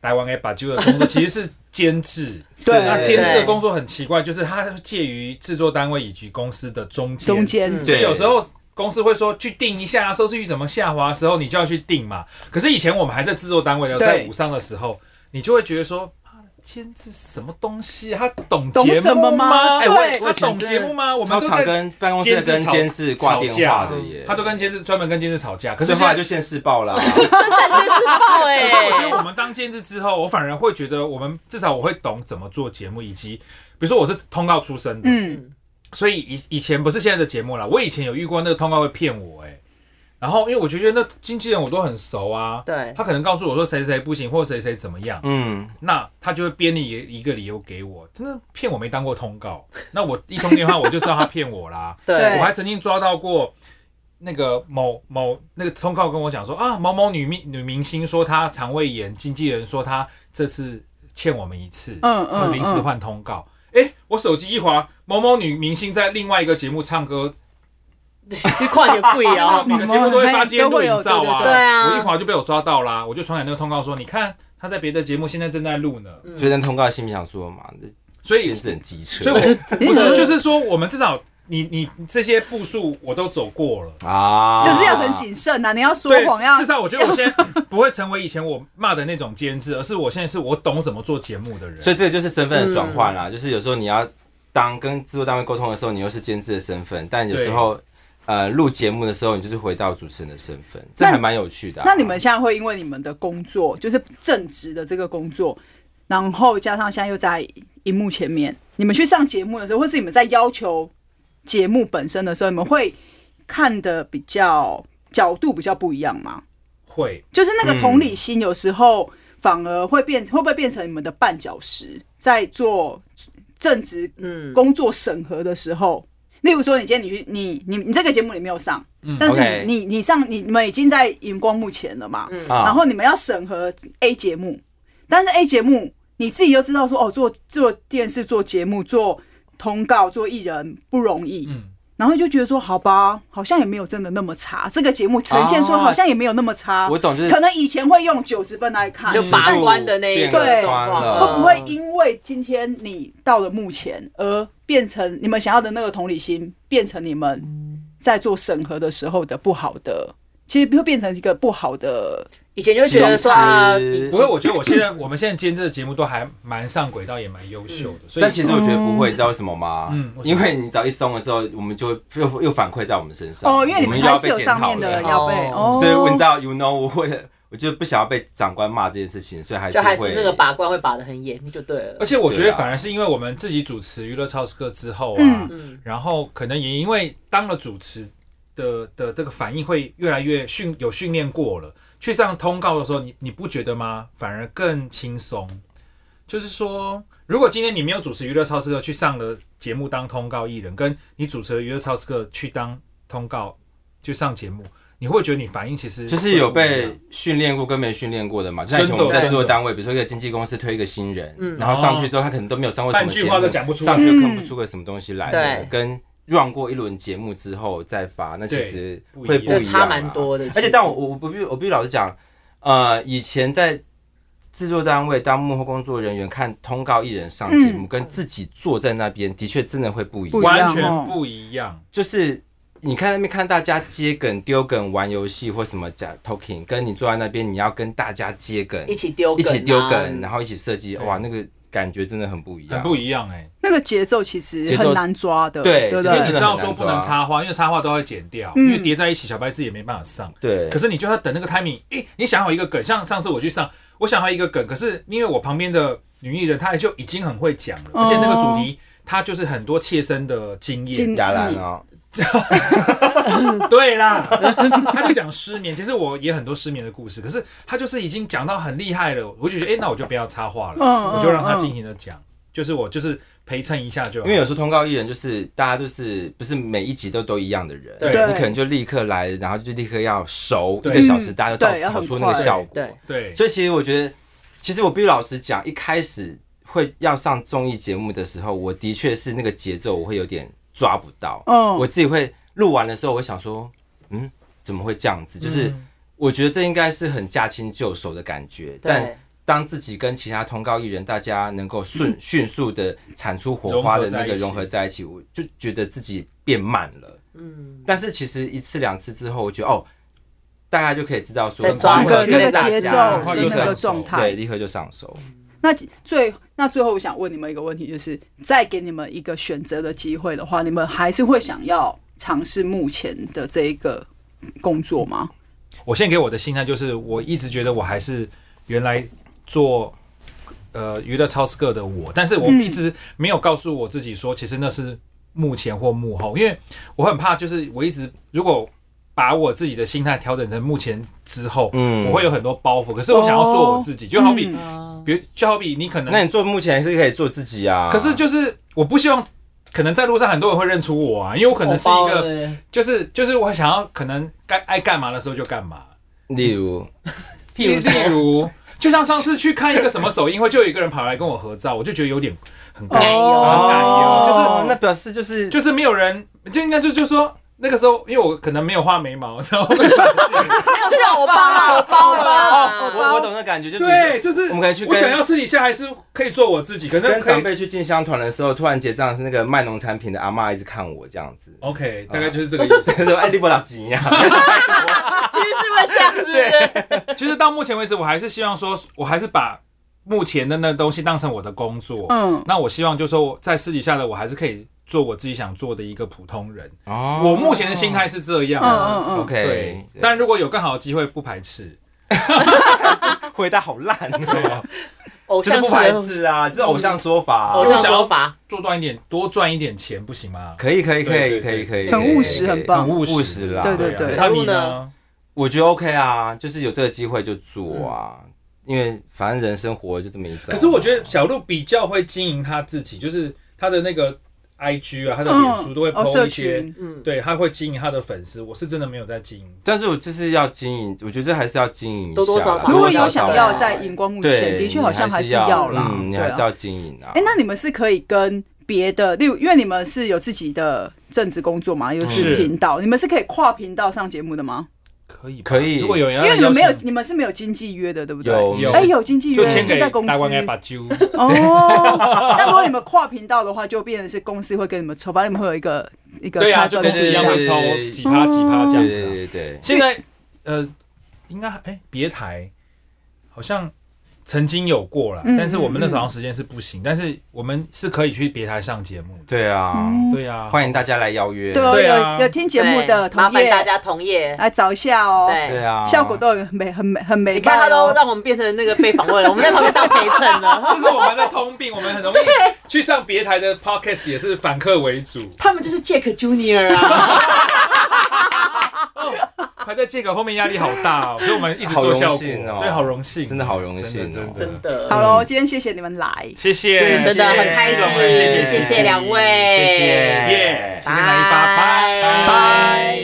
台湾 A 把就的工作其实是监制， 对那对监制对的工作很奇怪，就是它介于制作单位以及公司的中间，中间嗯所以对有时候。公司会说去定一下收视率怎么下滑的时候，你就要去定嘛。可是以前我们还在制作单位的，对在五上的时候，你就会觉得说，妈的，监制什么东西啊？他懂懂节什目么吗吗？哎我对他懂节目吗？我们超都常在，跟办公室跟监制挂电话的耶，他都跟监制专门跟监制吵架。可可是是现后来在就现世报 啦。对，可是我觉得我们当监制之后，我反而会觉得我们至少我会懂怎么做节目，以及比如说我是通告出身的，嗯，所以以以前不是现在的节目啦，我以前有遇过那个通告会骗我哎、然后因为我觉得那经纪人我都很熟啊，对他可能告诉我说谁谁不行或谁谁怎么样，嗯，那他就会编一个一个理由给我，真的骗我没当过通告，那我一通电话我就知道他骗我啦，对我还曾经抓到过那个某某那个通告跟我讲说啊，某某女明女明星说她肠胃炎，经纪人说她这次欠我们一次，嗯嗯她临时换通告。哎、我手机一滑，某某女明星在另外一个节目唱歌，你跨年贵 啊，哦每个节目都会发今天录影照啊，都会有对对对对啊我一滑就被我抓到啦，我就传给那个通告说，你看她在别的节目现在正在录呢，所嗯以那通告心里想说嘛，这所以监制很机车，所以我不你是是就是说我们至少你你你这些步数我都走过了。啊，就是要很谨慎啊呐、你要说对，谎要至少我觉得我现在不会成为以前我骂的那种监制，而是我现在是我懂怎么做节目的人。所以这个就是身嗯份的转换啦，就是有时候你要当跟制作单位沟通的时候，你又是监制的身份，但有时候呃录节目的时候，你就是回到主持人的身份，这那还蛮有趣的啊、那你们现在会因为你们的工作，就是正职的这个工作，然后加上现在又在荧幕前面，你们去上节目的时候，或是你们在要求节目本身的时候，你们会看的比较角度比较不一样吗？会，就是那个同理心，有时候反而会变，会不会变成你们的绊脚石，在做正职嗯，工作审核的时候，例如说你今天你去你你你这个节目你没有上，但是 OK 你你你上你你们已经在荧光幕前了嘛，啊嗯然后你们要审核 A 节目，但是 A 节目你自己又知道说哦，做做电视、做节目、做通告、做艺人不容易，嗯，然后就觉得说好吧，好像也没有真的那么差，这个节目呈现出来哦好像也没有那么差，我懂，就是可能以前会用九十分来看，就把关的那一尺度种变对宽嗯了，会不会因为今天你到了目前，而变成你们想要的那个同理心，变成你们在做审核的时候的不好的，其实会变成一个不好的，以前就会觉得说啊，其不实过我觉得我现在我们现在监制的节目都还蛮上轨道，也蛮优秀嗯的。所以但其实我觉得不会，你知道为什么吗？嗯为什因么为你只要一松了之后，我们就会又又反馈在我们身上。哦，因为你啊我们又还要是被有检上讨面的了人要被哦哦，所以我你知道，you know，我为了我就不想要被长官骂这件事情，所以还就还会是那个把关会把的很严，就对了而。且我觉对得啊反而是因为我们自己主持娱乐超市课之后啊嗯，嗯，然后可能也因为当了主持的的这个反应会越来越训有训练过了，去上通告的时候，你你不觉得吗？反而更轻松。就是说，如果今天你没有主持娱乐超市课去上了节目当通告艺人，跟你主持了娱乐超市课去当通告去上节目，你会觉得你反应其实就是有会不一样被训练过跟没训练过的嘛。就像以前我们在制作单位，比如说一个经纪公司推一个新人，嗯然后上去之后他可能都没有上过什么节半目，句话都讲不出来上去就看不出个什么东西来。对跟 run 过一轮节目之后再发，那其实对会不一就样，啊差蛮。多的。而且，但我我我不必我必须老实讲，呃，以前在制作单位当幕后工作人员看通告艺人上节目，嗯跟自己坐在那边，的确真的会不一样不一。样完哦全不一样。就是你看那边看大家接梗、丢梗、玩游戏或什么假 talking，跟你坐在那边你要跟大家接梗，一起丢一梗啊起丢梗，然后一起设计，对哇，那个感觉真的很不一样，很不哎一样哎、那个节奏其实很难抓的，节奏对不对因为你节知道奏对？说不能插话，因为插话都会剪掉，因为嗯叠在一起，小白字也没办法上。对可。是你就要等那个 timing，诶、你想好一个梗，像上次我去上，我想好一个梗，可是因为我旁边的女艺人，她就已经很会讲了，哦而且那个主题她就是很多切身的经经验。加兰哦， 对啦， 她就讲失眠，其实我也很多失眠的故事，可是她就是已经讲到很厉害了，我就觉得，诶、那我就不要插话了，嗯我就让她进行的讲，就是我就是陪衬一下就好。因为有时候通告艺人就是大家就是不是每一集都都一样的人，对你可能就立刻来，然后就立刻要熟一对个小时，嗯大家就找对要找很出那个快效果。对，对，所以其实我觉得，其实我必须老实讲，一开始会要上综艺节目的时候，我的确是那个节奏我会有点抓不到。嗯我自己会录完的时候，我会想说，嗯，怎么会这样子？就是嗯我觉得这应该是很驾轻就熟的感觉，但对，当自己跟其他通告艺人大家能够迅迅速的产出火花的那个融融合合在一起，我就觉得自己变慢了。嗯，但是其实一次两次之后，我觉得哦，大家就可以知道说再抓那回个去那个大家节奏很快的就那个上手状对，态，立刻就上手。那最那最后，我想问你们一个问题，就是再给你们一个选择的机会的话，你们还是会想要尝试目前的这一个工作吗？我现在给我的心态就是，我一直觉得我还是原来做呃娱乐超市个的我，但是我一直没有告诉我自己说，其实那是幕前或幕后，因为我很怕，就是我一直如果把我自己的心态调整成幕前之后，嗯我会有很多包袱。可是我想要做我自己，就好比，嗯比如就好比你可能那你做目前还是可以做自己啊。可是就是我不希望，可能在路上很多人会认出我啊，因为我可能是一哦包个，对就是就是我想要可能该爱干嘛的时候就干嘛，例如，例譬如说例如。就像上次去看一个什么首映会，就有一个人跑来跟我合照，我就觉得有点很尴尬，哦很奶油，就是哦那表示就是就是没有人，就应该就就说那个时候，因为我可能没有画眉毛，然后被发现，就是我包啊，我包哦，啊，我我懂那感觉，就 是对，就是我们可以去我跟想要私底下还是可以做我自己，可能跟可长以，辈去进香团的时候，突然结账，那个卖农产品的阿嬷一直看我这样子 OK，大 概就是这个意思。 说哎，你不打急呀？其实是会这 样子。其实到目前为止，我还是希望说，我还是把目前的那东西当成我的工作。嗯，那我希望就是说，我在私底下的我还是可以做我自己想做的一个普通人。哦我目前的心态是这样啊。嗯嗯嗯 OK 对对，但如果有更好的机会，不排斥。回答好 烂啊哦，偶就是像不是排斥啊，这是偶像说法偶啊。像说法，做赚一点，多赚一点钱，不行吗？可以可以可以对对可以可以，很务实可以很棒很务实务实啦。对对对啊那你呢？我觉得 OK 啊，就是有这个机会就做啊，因为反正人生活就这么一啊遭。可是我觉得小鹿比较会经营他自己，就是他的那个 IG 啊，他的脸书都会哦 PO 社一些，群，嗯，对，他会经营他的粉丝。我是真的没有在经营。但是我就是要经营，我觉得还是要经营一下啦，多多少少如果多多有少想少要啊在荧光幕前，对，的确好像你还是要啦，嗯，你对还是啊。要经营啊。哎，那你们是可以跟别的，例如，因为你们是有自己的正职工作嘛，有是是频道，你们是可以跨频道上节目的吗？可以吧可以如果有人因要为你们没有邀，请你们是没有经纪约的，对不对？有有哎，有经纪就约，签给在公司大官给把揪，哦。 但如果你们跨频道的话，就变成是公司会跟你们抽，反正你们会有一个一个对啊，差就分跟自制己一样这会样抽几趴几趴这样对子啊。对对对，现在呃，应该哎，别台好像曾经有过啦，嗯但是我们那时候嗯好像时间是不行，但是我们是可以去别台上节目的。对啊，对 呀，欢迎大家来邀约。嗯对哦，对啊有有听节目的对麻同烦业大家同哎业，来找一下哦，对对，啊，效果都很美，很美，很美。哦你看他都让我们变成那个被访问了，我们在旁边当陪衬了。这是我们的通病，我们很容易去上别台的 podcast，也是反客为主， 他们就是 Jack Junior 啊，还在这个后面压力好大哦，所以我们一直好做荣效果，幸哦对，好荣幸，真的好荣幸哦真的真 真的，好的，喽，今天谢谢你们来，谢谢，真的很开心，谢谢谢谢两位，谢谢耶，新年来一发，拜拜。